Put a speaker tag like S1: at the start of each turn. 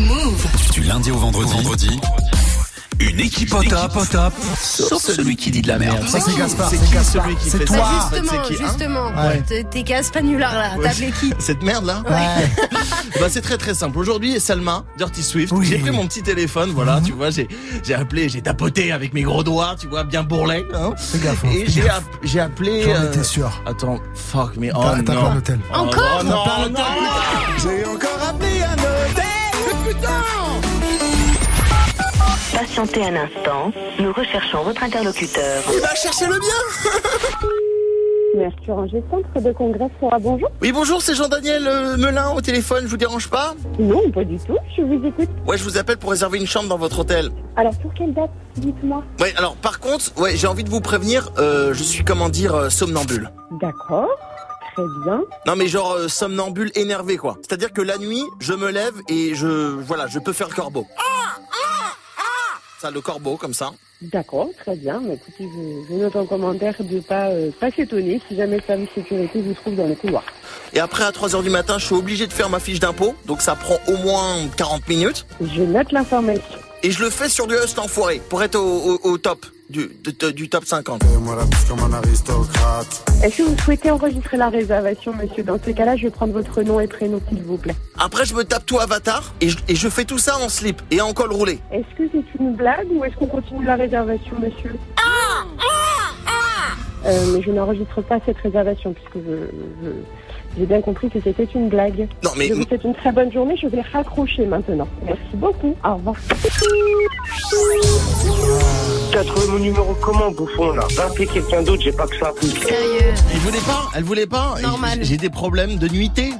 S1: Move.
S2: Du lundi au vendredi, vendredi une équipe au top, au top, sauf celui qui dit de la merde.
S3: Ça, c'est Gaspard.
S4: C'est
S3: c'est
S4: qui
S3: Gaspard.
S4: celui qui
S3: C'est
S4: fait
S3: toi.
S4: ça
S3: Bah,
S4: en fait,
S1: justement,
S4: c'est qui, hein
S1: justement,
S3: Ouais.
S1: t'es- t'es casse panular là, t'appelais qui
S4: Cette merde là
S3: Ouais.
S4: Bah c'est très très simple. Aujourd'hui, Salma, Dirty Swift,
S3: Oui. Mhm.
S4: j'ai pris mon petit téléphone, voilà, tu vois, j'ai j'ai appelé, j'ai tapoté avec mes gros doigts, tu vois, bien bourrelé. hein.
S3: Fais gaffe, hein.
S4: Et j'ai app- j'ai appelé.
S3: J'en
S4: euh,
S3: étais sûr.
S4: Attends, fuck, mais oh
S3: T'as- t'as pas
S4: non.
S3: l'hôtel.
S4: Oh,
S1: Encore
S4: oh, non,
S3: T'as
S4: non.
S3: J'ai encore appelé un hôtel.
S5: Patientez un instant, nous recherchons votre interlocuteur.
S3: Il va chercher le bien.
S6: Mercure Angers Centre de Congrès sera bonjour
S4: Oui bonjour, c'est Jean-Daniel euh, Melin au téléphone, je vous dérange pas
S6: Non, pas du tout, je vous écoute.
S4: Ouais, je vous appelle pour réserver une chambre dans votre hôtel.
S6: Alors pour quelle date Dites-moi.
S4: Ouais, alors par contre, ouais, j'ai envie de vous prévenir, euh, je suis comment dire euh, somnambule.
S6: D'accord, très bien.
S4: Non mais genre euh, somnambule énervé quoi. C'est-à-dire que la nuit, je me lève et je voilà, je peux faire le corbeau. Ça le corbeau comme ça.
S6: D'accord, très bien. Mais écoutez, je, je note en commentaire de pas euh, pas s'étonner si jamais le service sécurité vous trouve dans le couloir.
S4: Et après à 3h du matin, je suis obligé de faire ma fiche d'impôt, donc ça prend au moins 40 minutes
S6: Je note l'information.
S4: et je le fais sur du hust enfoiré pour être au, au- au top du, de- de- du top 50.
S6: Est-ce que vous souhaitez enregistrer la réservation, monsieur Dans ce cas-là, je vais prendre votre nom et prénom, s'il vous plaît.
S4: Après je me tape tout avatar et je, et je fais tout ça en slip et en col roulé.
S6: Est-ce que c'est une blague ou est-ce qu'on continue la réservation, monsieur Euh, mais je n'enregistre pas cette réservation puisque je- je- j'ai bien compris que c'était une blague.
S4: Non mais
S6: Je vous souhaite une très bonne journée. Je vais raccrocher maintenant. Merci beaucoup. Au revoir.
S7: T'as trouvé mon numéro comment, bouffon, là Va appeler quelqu'un d'autre, j'ai pas que ça.
S1: Sérieux
S4: elle voulait pas, elle voulait pas.
S1: Normal.
S4: J'ai des problèmes de nuitée